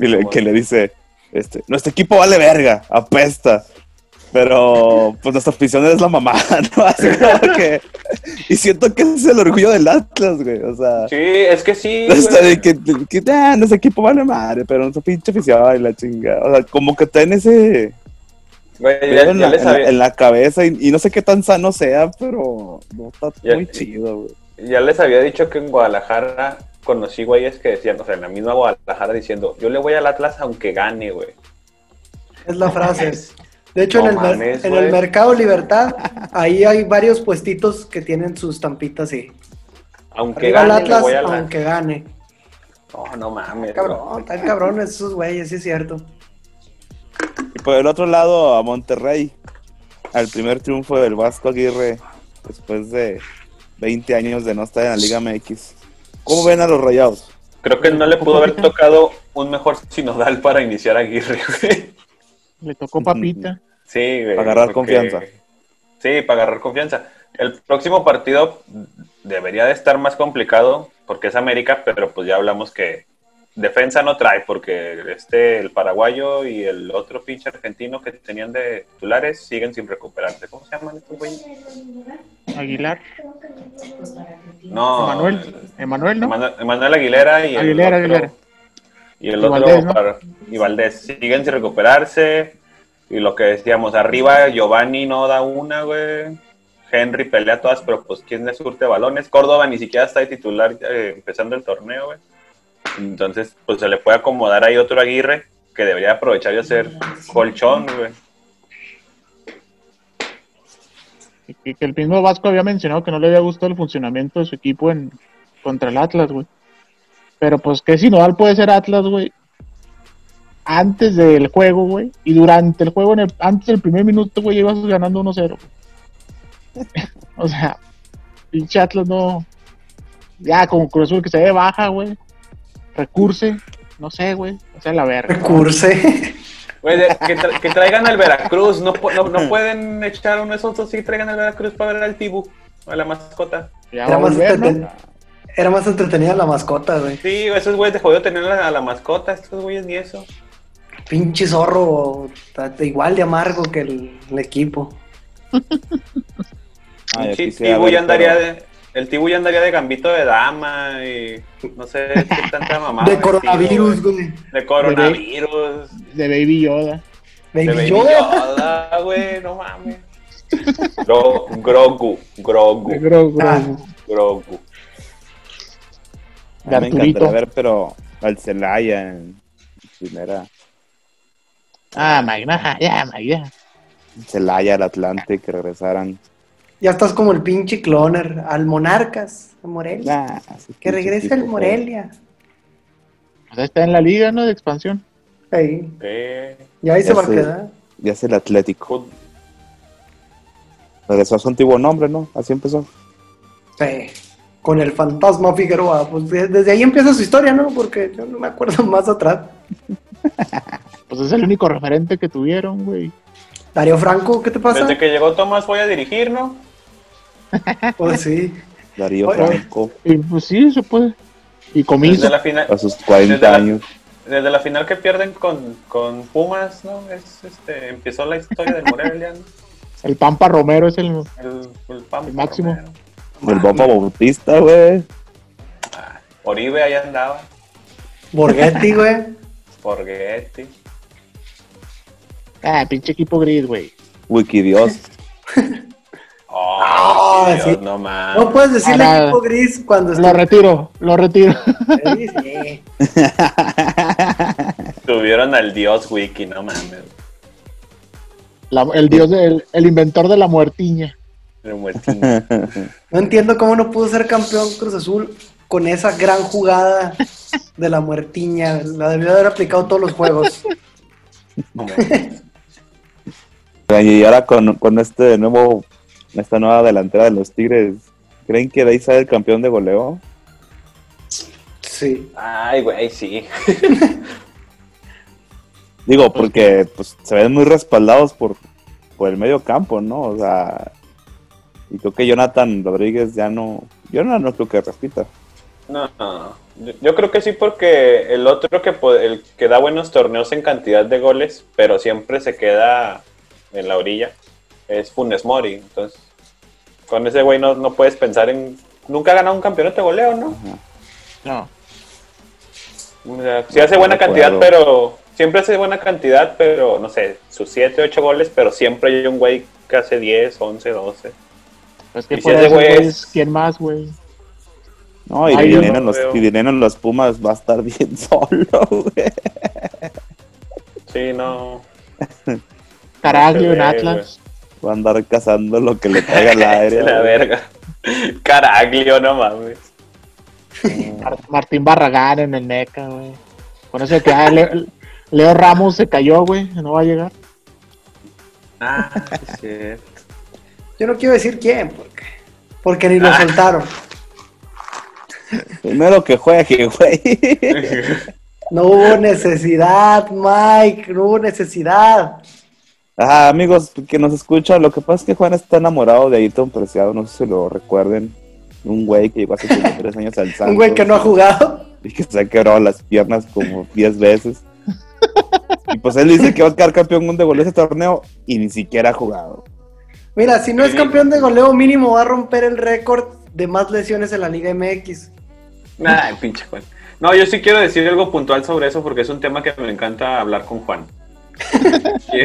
A: Y le-
C: Simón.
A: que le dice, este, nuestro equipo vale verga, apesta. Pero pues nuestra afición es la mamá, <laughs> ¿no? Así como que- y siento que es el orgullo del Atlas, güey. O sea,
C: Sí, es que sí.
A: <laughs> O sea,
C: güey.
A: de que, que, ah, no sé, equipo vale madre, pero no se pinche afición y la chingada. O sea, como que está en ese.
C: Güey, ya-
A: en,
C: ya
A: la,
C: les
A: en la-
C: había-
A: en la cabeza y, y no sé qué tan sano sea, pero no está
C: Ya-
A: muy chido, güey.
C: ya les había dicho que en Guadalajara conocí güeyes que decían, o sea, en la misma Guadalajara diciendo, yo le voy al Atlas aunque gane, güey.
B: Es la frase. De hecho,
C: No
B: en, el, mer-
C: mames,
B: en
C: güey.
B: el Mercado Libertad, ahí hay varios puestitos que tienen sus tampitas así.
C: Aunque
B: Arriba el
C: gane,
B: Atlas,
C: le voy al Atlas.
B: aunque gane.
C: No, no mames.
B: Cabrón, tan cabrones esos güeyes, sí es cierto.
A: Y por el otro lado, a Monterrey, al primer triunfo del Vasco Aguirre, después de 20 años de no estar en la Liga MX. ¿Cómo ven a los rayados?
C: güey. Creo que no le pudo haber tocado un mejor sinodal para iniciar a Aguirre, <laughs> güey.
D: Le tocó papita.
C: Sí, güey.
A: Para agarrar
C: porque-
A: confianza.
C: Sí, para agarrar confianza. El próximo partido debería de estar más complicado porque es América, pero pues ya hablamos que defensa no trae porque este, el paraguayo y el otro pinche argentino que tenían de titulares siguen sin recuperarse. ¿Cómo se llaman estos güeyes?
D: Aguilar.
C: No.
D: Emanuel. Emanuel, ¿no?
C: Emanu- Emanuel Aguilera y el
D: Aguilera,
C: otro,
D: Aguilera.
C: Y el
D: Y
C: otro
D: Valdés, ¿no?
C: para- y Valdés. Siguen sin recuperarse. Y lo que decíamos, arriba Giovanni no da una, güey. Henry pelea todas, pero pues quién le surte balones. Córdoba ni siquiera está de titular eh, empezando el torneo, güey. Entonces, pues se le puede acomodar ahí otro Aguirre que debería aprovechar y hacer colchón, güey.
D: Y que, que el mismo Vasco había mencionado que no le había gustado el funcionamiento de su equipo en contra el Atlas, güey. Pero pues que Sinodal puede ser Atlas, güey. Antes del juego, güey. Y durante el juego, en el- antes del primer minuto, güey, ibas ganando 1-0. güey. <laughs> o sea, pinche Atlas no. Ya, como Cruz Azul que se ve baja, güey. Recurse. No sé, güey. O sea, la verga.
B: Recurse.
C: Güey, de- que, tra- que traigan al Veracruz. No, pu- no, <laughs> no pueden echar uno de esos dos y traigan al Veracruz para ver al Tibu, a la mascota.
D: Ya va
B: Era
D: a
B: más,
D: volver, ¿no?
B: entreten- era más entretenida la mascota, güey.
C: Sí, esos güeyes de jodido tener a, a la mascota, estos güeyes ni eso.
B: Pinche zorro, ta- igual de amargo que el, el equipo.
A: Ah, ya
C: Sí,
A: quisiera
C: Tibu
A: ver,
C: ya andaría
A: pero-
C: de, el Tibu ya andaría de gambito de dama y no sé
B: <laughs>
C: qué tanta mamada.
B: de
C: el Tibu,
B: coronavirus,
C: güey.
B: güey.
C: De coronavirus.
D: De Baby Yoda.
B: Baby
C: de Baby
B: Yoda.
C: Yoda, güey, no mames. Gro- Grogu,
D: De
C: Grogu,
D: Grogu.
B: Ah.
C: Grogu.
A: A mí me
D: Arturito.
A: encantaría ver, pero al Celaya en primera.
D: Ah, Magna, ah, ya, Magna.
A: Celaya, el Atlante, que regresaran.
B: Ya estás como el pinche cloner, al Monarcas, a Morelia.
A: Nah, ese
B: Ah, que
A: Ah, pinche
B: regrese
A: tipo,
B: el Morelia.
D: O sea, pues, está en la liga, ¿no? De expansión.
B: Ahí.
C: Eh,
B: Y ahí se
A: Ya
B: va a
A: sé.
B: quedar.
A: güey. Ya es el Atlético.
C: fut-
A: Regresó a su antiguo nombre, ¿no? Así empezó.
B: Sí. Con el fantasma Figueroa. Pues de- desde ahí empieza su historia, ¿no? Porque yo no me acuerdo <laughs> más atrás.
D: Pues es el único referente que tuvieron, güey.
B: Darío Franco, ¿qué te pasa?
C: desde que llegó Tomás voy a dirigir, ¿no?
B: Pues sí.
A: Darío
B: Oye.
A: Franco,
D: Y pues sí, se puede. Y
C: Desde
D: comienzo.
C: la, final,
A: a sus
C: Desde
A: 40
C: la-
A: años.
C: desde la final que pierden con, con Pumas, ¿no? Es, este, empezó la historia del Morelia, ¿no?
D: El Pampa Romero es el.
C: El, el Pampa
D: El máximo.
C: Romero.
A: El Papa Bautista, güey.
C: Oribe ahí andaba.
B: Borghetti, güey.
C: <laughs> Borghetti.
D: Ah, pinche equipo gris, güey.
A: Wikidios.
C: Oh,
B: Ah,
C: Dios,
B: sí.
C: no mames.
B: No puedes decirle
A: Ah,
D: Ahora-
B: equipo gris cuando
D: Lo
B: esté.
D: retiro, lo retiro.
B: Sí, sí. pues.
C: Tuvieron al dios Wiki, no mames.
D: La- el dios del. El inventor de la muertiña.
C: El muertín.
B: <laughs> No entiendo cómo no pudo ser campeón Cruz Azul con esa gran jugada de la muertiña. La debió haber aplicado todos los juegos.
C: No mames.
A: Y ahora con, con este nuevo, esta nueva delantera de los Tigres, ¿creen que de ahí sale el campeón de goleo?
B: Sí.
C: Ay, güey, sí.
A: Digo, porque pues, se ven muy respaldados por, por el medio campo, ¿no? O sea, y creo que Jonathan Rodríguez ya no, yo no, no creo que repita.
C: No, no. Yo, yo creo que sí, porque el otro que, po- el que da buenos torneos en cantidad de goles, pero siempre se queda en la orilla, es Funes Mori. Entonces, con ese güey no, no puedes pensar en. Nunca ha ganado un campeonato de goleo, ¿no?
A: Ajá.
D: No.
C: O sea, sí hace buena
A: De
C: cantidad,
A: acuerdo.
C: pero. Siempre hace buena cantidad, pero no sé, sus 7, 8 goles, pero siempre hay un güey que hace 10, 11, 12.
D: Pues que
C: Y si
D: por
C: ese
D: eso,
C: güey
D: güey,
C: es-
D: ¿quién más, güey?
A: No, y
D: Ay, yo
A: dinero, en
C: no
A: los,
C: veo.
A: y dinero en los Pumas va a estar <laughs> bien solo, güey.
C: Sí, no.
D: Caraglio en
C: güey.
D: Atlas.
A: Va a andar cazando lo que le caiga
C: <laughs>
A: al aire.
C: la
A: güey.
C: verga. <laughs> Caraglio, no mames.
D: Mar- Martín Barragán en el NECA, güey. Con eso que ah, Leo, Leo Ramos se cayó, güey. No va a llegar.
C: Ah, es cierto.
B: Yo no quiero decir quién, porque, porque ni lo
C: Ah.
B: soltaron.
A: Primero que juegue, güey.
B: No hubo necesidad, Mike, no hubo necesidad.
A: Ah, amigos que nos escuchan, lo que pasa es que Juan está enamorado de Ayrton Preciado, no sé si lo recuerden. Un güey que llegó hace como
B: <laughs>
A: tres años al Santos.
B: Un güey que no ha jugado.
A: Y que se ha quebrado las piernas como 10
B: <laughs>
A: veces. Y pues él dice que va a quedar campeón de goleo ese torneo y ni siquiera ha jugado.
B: Mira, si no es
C: Sí.
B: campeón de goleo mínimo, va a romper el récord de más lesiones en la Liga MX.
C: Ay, pinche Juan. No, yo sí quiero decir algo puntual sobre eso porque es un tema que me encanta hablar con Juan. <laughs> y,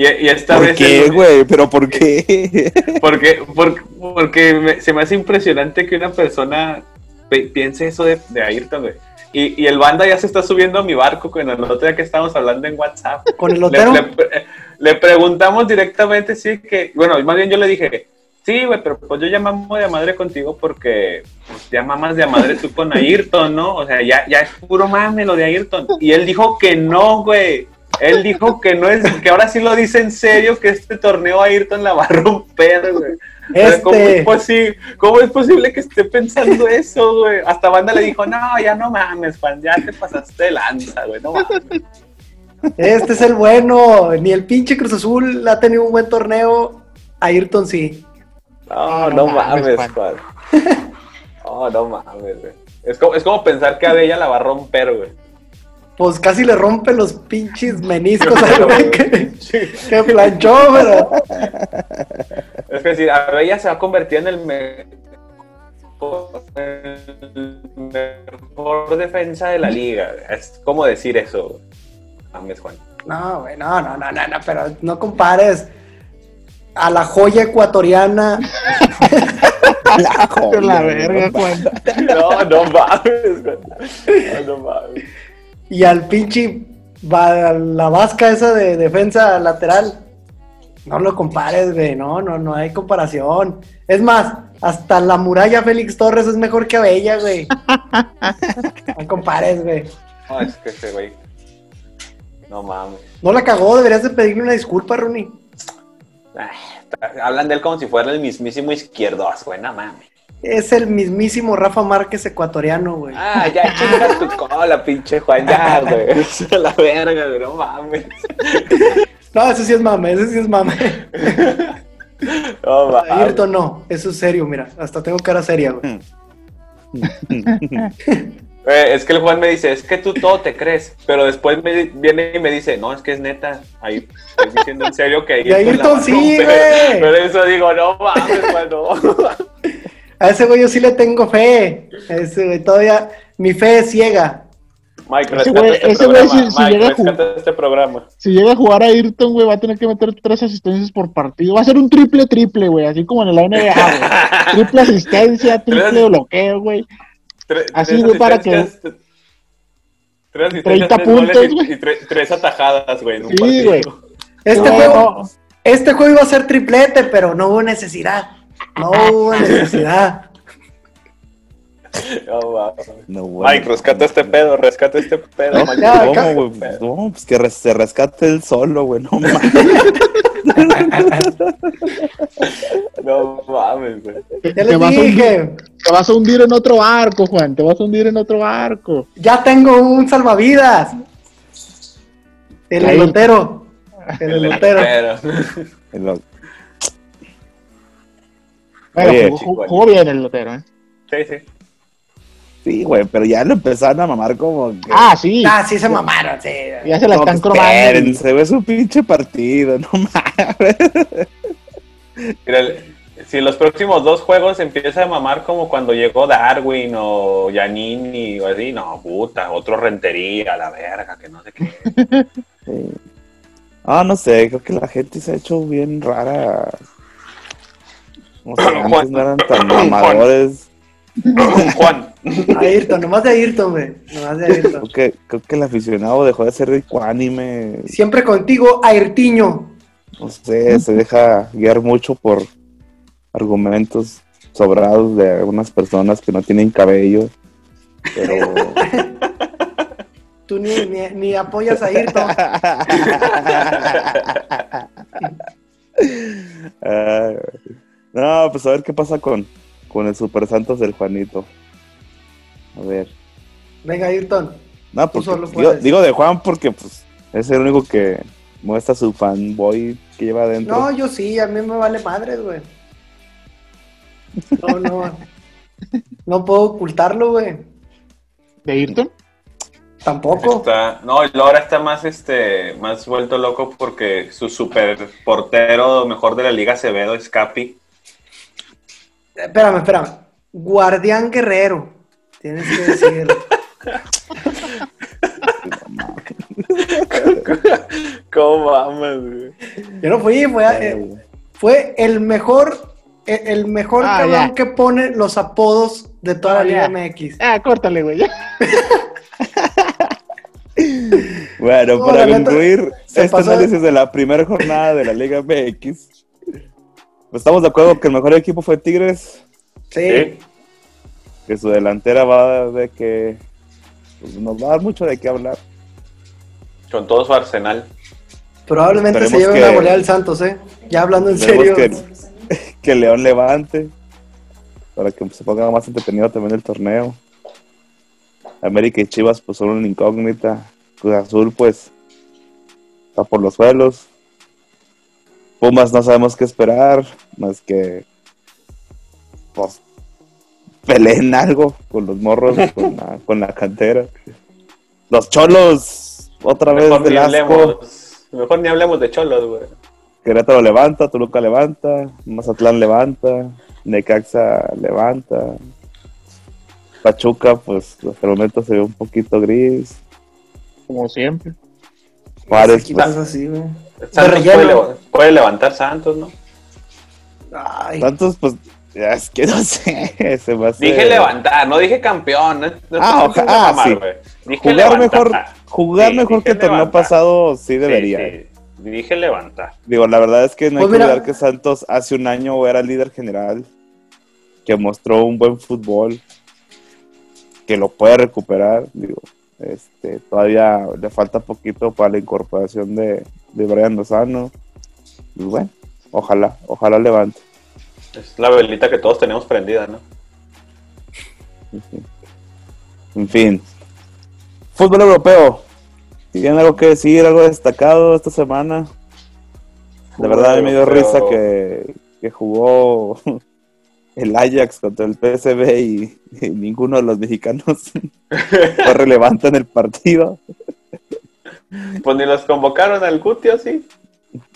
C: y- y esta
A: ¿Por
C: vez.
A: qué, güey? ¿Pero por
B: <laughs>
A: qué?
C: Porque, porque, porque me- se me hace impresionante que una persona pe- piense eso de, de Ayrton, güey. Y, y el banda ya se está subiendo a mi barco con el otro día que estábamos hablando en WhatsApp.
B: Con el
C: le,
B: Otero.
C: le pre- le preguntamos directamente, sí, que, bueno, más bien yo le dije, sí, güey, pero pues yo ya mamo de a madre contigo porque pues, ya mamas de a madre tú con Ayrton, ¿no? O sea, ya, ya es puro mame lo de Ayrton. Y él dijo que no, güey. Él dijo que no es, que ahora sí lo dice en serio, que este torneo Ayrton la va a romper, güey. Pero ¿Cómo, es
B: Este,
C: posi- ¿Cómo es posible que esté pensando <laughs> eso, güey? Hasta Banda le dijo, no, ya no mames, Juan, ya te pasaste de lanza, güey, no mames.
B: este es el bueno. Ni el pinche Cruz Azul ha tenido un buen torneo. Ayrton sí.
C: No, no,
D: No mames,
C: mames, Juan. No, no mames, güey. Es como, es como pensar que a Bella la va a romper, güey.
B: Pues casi le rompe los pinches meniscos al güey que, que planchó, pero.
C: Es que si a Bella se va a convertir en el mejor, el mejor defensa de la liga. güey. Es como decir eso, güey. Mames, Juan.
B: No, güey, no, no, no, no, no, pero no compares a la joya ecuatoriana.
A: La joya,
D: la
A: güey,
D: verga,
A: no
D: Juan.
C: No, no mames, güey. No, no mames.
B: y al pinche va- la vasca esa de defensa lateral. No lo compares, güey. No, no, no hay comparación. Es más, hasta la muralla Félix Torres es mejor que Abella, güey. No compares, güey.
C: No, es que ese güey. No mames.
B: No la cagó, deberías de pedirle una disculpa, Rooney.
C: Ah, está- Hablan de él como si fuera el mismísimo izquierdos, güey. No mames.
B: Es el mismísimo Rafa Márquez ecuatoriano, güey.
C: Ah, ya chinga tu cola, pinche Juan. Ya, güey. <laughs> A la verga, güey. No mames.
B: No, eso sí es mame, eso sí es mame.
C: No mames.
B: Ayrton no, eso es serio, mira. Hasta tengo cara seria, güey.
C: Eh, es que el Juan me dice, es que tú todo te crees, pero después me di- viene y me dice, no, es que es neta, ahí estoy diciendo en serio que ahí...
B: Y Ayrton sí, güey.
C: <laughs> Pero eso digo, no mames, Juan, no. <laughs>
B: A ese güey yo sí le tengo fe. A Ese güey todavía, mi fe es ciega.
C: Mike,
D: Ese
C: rescata
D: güey-
C: este
D: ese güey
C: programa,
D: si- si
C: Mike,
D: llega a
C: rescata este
D: <laughs>
C: programa.
D: Si llega a jugar a Ayrton, güey, va a tener que meter tres asistencias por partido. Va a ser un triple triple, güey, así como en la NBA,
A: <laughs>
D: güey. Triple asistencia, triple
C: Tres-
D: bloqueo, güey.
C: Tre-
D: Así,
C: tres
D: güey, para que-
C: asistencias, Tres asistencias,
D: 30
C: tres goles
D: puntos,
C: y-
D: güey.
C: y, tre- tres atajadas, güey, en un
D: Sí,
C: partido. <laughs>
D: güey.
B: Este,
D: No,
B: juego,
D: no.
B: este juego iba a ser triplete, pero no hubo necesidad. No hubo necesidad.
C: No mames.
A: No, güey.
C: Mike, rescata este pedo, rescata este pedo.
A: No,
C: Mike.
B: Ya,
A: ¿cómo,
B: acá-
A: güey? Pues, no, pues que res- se rescate él solo, güey. No
B: <laughs>
A: mames.
C: No mames, güey.
B: Ya
D: Te
B: les
D: vas a
B: dije,
D: Te vas a hundir en otro barco, Juan. Te vas a hundir en otro barco.
B: ya tengo un salvavidas. El
D: Ahí.
B: elotero. El
C: El
B: elotero.
C: <laughs> delantero.
A: En lo-
D: Bueno,
A: Oye,
D: jugó,
C: chico,
D: jugó bien el lotero, ¿eh?
C: Sí, sí.
A: Sí, güey, pero ya lo empezaron a mamar como que.
D: Ah, sí.
B: Ah, sí se mamaron, sí.
D: Ya se la
A: No, pues,
D: están cromando.
A: espérense, ve su pinche partido, no mames.
C: Mira, el- si los próximos dos juegos empieza a mamar como cuando llegó Darwin o Yanini o así, no, puta, otro rentería, la verga, que no sé qué.
A: Sí. Ah, no sé, creo que la gente se ha hecho bien rara. No sé, antes no eran tan mamadores.
C: Juan,
B: <laughs> Ayrton, nomás de Ayrton, güey. Nomás de
A: Creo
D: <laughs>
B: Ayrton.
A: que, creo que el aficionado dejó de ser ecuánime.
B: Siempre contigo, Ayrtiño.
A: No sé, se deja guiar mucho por argumentos sobrados de algunas personas que no tienen cabello. Pero.
B: Tú ni, ni, ni apoyas a Ayrton.
D: <laughs>
A: Ay, no, pues a ver qué pasa con, con el Super Santos del Juanito. A ver.
B: Venga, Ayrton.
A: No,
B: Tú
A: porque,
B: solo
A: digo,
B: puedes.
A: digo de Juan porque pues, es el único que muestra su fanboy que lleva adentro.
B: No, yo sí, a mí me vale madres, güey. No, no. No puedo ocultarlo, güey.
D: ¿De Ayrton?
B: Tampoco.
C: está, no, el ahora está más este, más vuelto loco porque su super portero mejor de la liga Acevedo es Capi.
B: Espérame, espérame. Guardián Guerrero. Tienes que decirlo.
C: ¿Cómo mames, güey?
B: Yo no fui, fue, eh, fue el mejor, eh, el mejor
D: Ah,
B: cabrón
D: ya.
B: que pone los apodos de toda la
D: Ah,
B: Liga
D: ya.
B: MX.
D: Ah, córtale, güey.
A: Bueno,
B: No,
A: para
B: la neta,
A: concluir
B: se
A: este
B: pasó.
A: análisis de la primera jornada de la Liga MX, estamos de acuerdo que el mejor equipo fue Tigres,
B: Sí.
A: que su delantera va de que pues, nos va a dar mucho de qué hablar.
C: Con todo su arsenal.
B: Probablemente se
A: Esperemos
B: lleve
A: que-
B: una goleada del Santos, ¿eh? Ya hablando en serio.
A: Esperemos que, que León levante para que pues, se ponga más entretenido también el torneo. América y Chivas pues son una incógnita. Cruz Azul pues está por los suelos. Pumas no sabemos qué esperar, más que pues peleen algo con los morros, con la, con la cantera. Los cholos, otra vez
C: Mejor ni
A: del asco.
C: hablemos. Mejor ni hablemos de cholos, güey.
A: Querétaro levanta, Toluca levanta, Mazatlán levanta, Necaxa levanta, Pachuca, pues hasta el momento se ve un poquito gris.
D: Como siempre.
A: Juárez,
B: Ese equipo
A: pues,
B: es así, güey.
C: Santos
B: relleno.
C: puede, leva- puede levantar Santos, ¿no?
B: Ay,
A: tantos, pues, ya es que no <laughs> sé, se me hace-
C: Dije levantar, no dije campeón. ¿eh? No
A: Ah,
C: te pases
A: oja-
C: de
A: ah, sí.
C: güey. Dije
A: Jugar
C: levantar.
A: mejor, jugar
C: Sí,
A: mejor
C: dije
A: que el torneo
C: levantar.
A: pasado sí
C: Sí,
A: debería.
C: sí.
A: eh.
C: Dije levantar.
A: Digo, la verdad es que no hay
B: Pues
A: que
B: mira-
A: olvidar que Santos hace un año era el líder general, que mostró un buen fútbol, que lo puede recuperar. Digo, este, todavía le falta poquito para la incorporación de, de Brian Lozano. Y bueno, ojalá, ojalá levante.
C: Es la velita que todos tenemos prendida, ¿no?
A: En fin. Fútbol europeo. ¿Tienen algo que decir, algo destacado esta semana? De verdad me dio
C: Europeo.
A: risa que, que jugó <laughs> el Ajax contra el PSV y, y ninguno de los
C: <laughs>
A: mexicanos fue relevante en el partido.
C: Pues ni los convocaron al Guti así.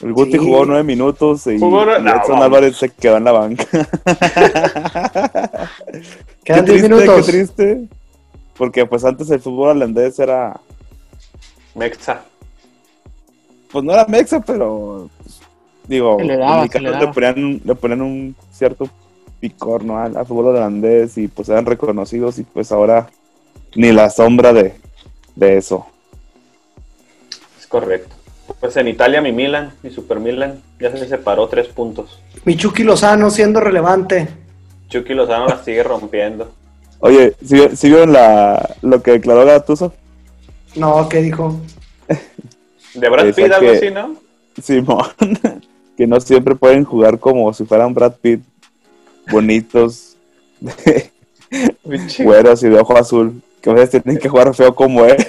A: El Guti
B: Sí.
A: jugó nueve minutos y,
C: Jugó nueve-
A: y
C: no,
A: Edson
C: vamos.
A: Álvarez se quedó en la banca. <laughs> Qué
B: Quedan 10
A: triste,
B: minutos.
A: qué triste. Porque pues antes el fútbol holandés era
C: Mexa.
A: pues no era mexa, pero pues, digo,
D: Se le daba,
A: los
D: se le
A: mexicanos
D: daba.
A: le ponían, le ponían un cierto picor ¿no? al, al fútbol holandés y pues eran reconocidos y pues ahora ni la sombra de, de eso.
C: Es correcto. Pues en Italia mi Milan, mi Super Milan, ya se separó tres puntos.
B: Mi Chucky Lozano siendo relevante.
C: Chucky Lozano la sigue rompiendo.
A: Oye, ¿sí, sí vieron la, lo que declaró Gattuso? <laughs>
B: No, ¿qué dijo?
C: De Brad
A: Esa
C: Pitt, algo
A: que-
C: así, ¿no?
A: Simón, que no siempre pueden jugar como si fueran Brad Pitt, bonitos, güeros y de ojo azul, que a veces tienen que jugar feo como
D: <laughs>
A: él.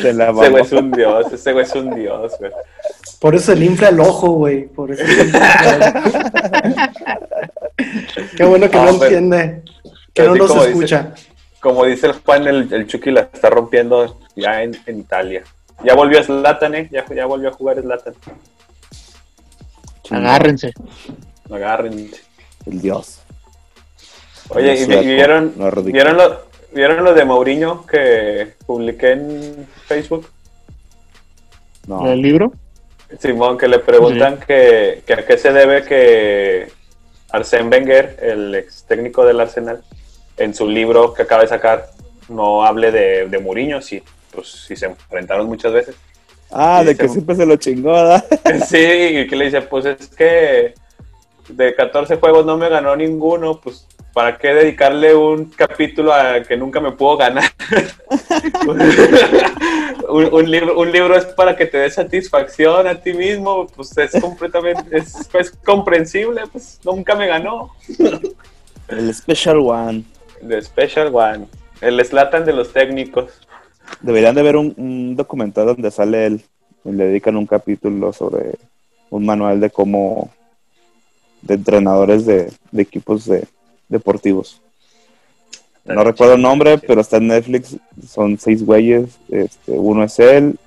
A: Se la
C: Ese
A: mamó.
C: güey es un dios, ese güey es un dios, güey.
B: Por eso se le infla el ojo, güey. Por eso. se le infla
A: <laughs>
B: el ojo. Qué bueno que
C: Ah,
B: no
C: pero-
B: entiende. Que no
C: pero sí
B: nos
C: como dice-
B: escucha.
C: Como dice el Juan, el, el Chucky la está rompiendo ya en, en Italia. Ya volvió Slatan, ¿eh? Ya, ya volvió a jugar Slatan.
D: Agárrense.
C: Agárrense.
A: El dios.
C: Oye, ¿y,
A: Sueco,
C: y vieron,
A: no ridículo.
C: vieron, lo, vieron lo de Mourinho que publiqué en Facebook?
A: No.
D: El libro.
C: Simón, que le preguntan que, que a qué se debe que Arsène Wenger, el ex técnico del Arsenal, en su libro que acaba de sacar, no hable de, de Mourinho, si, pues, si se enfrentaron muchas veces.
A: Ah,
C: Sí,
A: de que
C: según-
A: siempre se lo chingó, ¿verdad? <laughs>
C: <laughs> Sí, y que le dice, pues es que de 14 juegos no me ganó ninguno, pues ¿para qué dedicarle un capítulo a que nunca me puedo ganar? <laughs> un, un libro, un libro es para que te dé satisfacción a ti mismo, pues es completamente, es, es comprensible, pues nunca me ganó.
A: El Special One.
C: The Special One, el Slatan de los técnicos.
A: Deberían de ver un, un documental donde sale él y le dedican un capítulo sobre un manual de cómo de entrenadores de, de equipos de, deportivos. No recuerdo el nombre, pero está en Netflix. Son seis güeyes. Este, uno es él,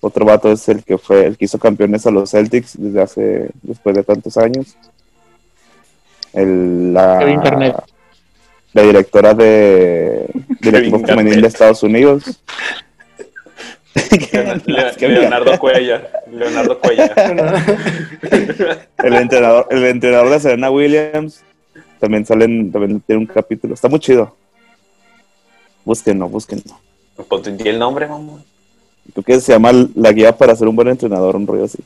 A: otro vato es el que fue el que hizo campeones a los Celtics desde hace después de tantos años. El, la,
D: Kevin Garnett.
A: la directora de del
C: Kevin
A: equipo
C: Garnett.
A: femenil de Estados
C: <laughs>
A: Unidos.
C: Leon- Leon-
A: Kevin
C: Leonardo Cuellar, Leonardo Cuellar.
B: Bueno,
A: El entrenador, el entrenador de Serena Williams. También salen, también tiene un capítulo. Está muy chido. Búsquenlo, búsquenlo.
C: Pues, di el nombre, mamón.
A: Creo que se llama la guía para ser un buen entrenador, un rollo así.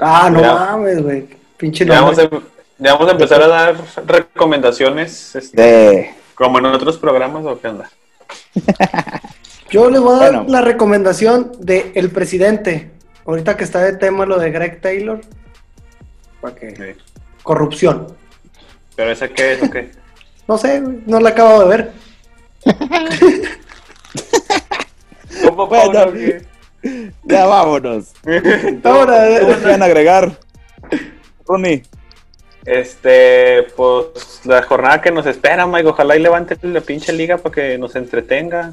B: ah, no
C: Ya.
B: mames, güey. Pinche
C: Ya vamos,
B: nombre.
C: a, ya vamos a empezar a dar recomendaciones, este,
A: De...
C: como en otros programas, ¿o qué onda?
B: Yo les voy a dar
A: Bueno.
B: la recomendación de El Presidente. Ahorita que está de tema lo de Greg Taylor. ¿Para qué? Corrupción.
C: Pero esa qué es,
A: <laughs>
C: o qué?
B: No sé, güey, no la acabo de ver.
C: ¿Cómo,
A: Bueno.
C: Pablo, qué?
A: Ya vámonos. <laughs>
B: Ahora,
A: ¿Qué van a agregar? Ronnie,
C: Este, pues la jornada que nos espera, Mike, ojalá y levante la pinche liga para que nos entretenga,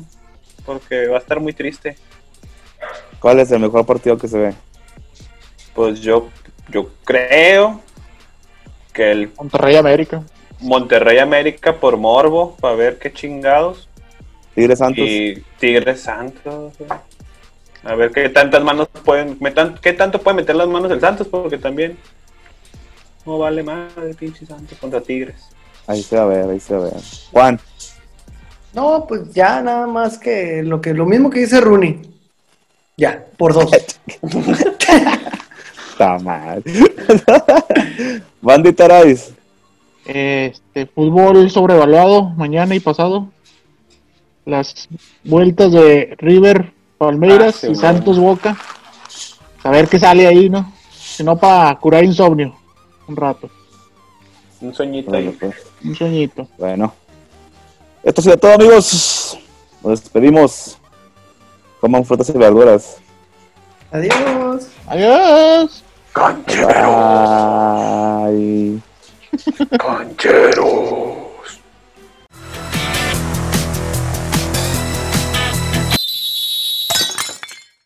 C: porque va a estar muy triste.
A: ¿cuál es el mejor partido que se ve?
C: Pues yo, yo creo que el
D: Monterrey América.
C: Monterrey América por morbo, para ver qué chingados.
A: Tigres Santos.
C: y Tigres Santos. güey. A ver qué tantas manos pueden, metan- qué tanto puede meter las manos el Santos, porque también no vale más el pinche Santos contra Tigres.
A: Ahí se va a ver, ahí se va a ver. Juan,
B: No, pues ya nada más que lo que lo mismo que dice Rooney. Ya, por dos.
A: Está <laughs> mal. Bandita Arais.
D: Este, fútbol sobrevaluado mañana y pasado. Las vueltas de River,
C: Ah,
D: Palmeiras
C: sí,
D: y
C: bueno.
D: Santos Boca. A ver qué sale ahí, ¿no? Si no, para curar insomnio. Un rato,
C: Un sueñito
A: Bueno,
C: ahí.
A: pues,
D: un sueñito.
A: bueno. Esto sería todo, amigos. Nos despedimos. Coman frutas y verduras.
B: Adiós.
D: Adiós.
A: Bye.
C: Canchero.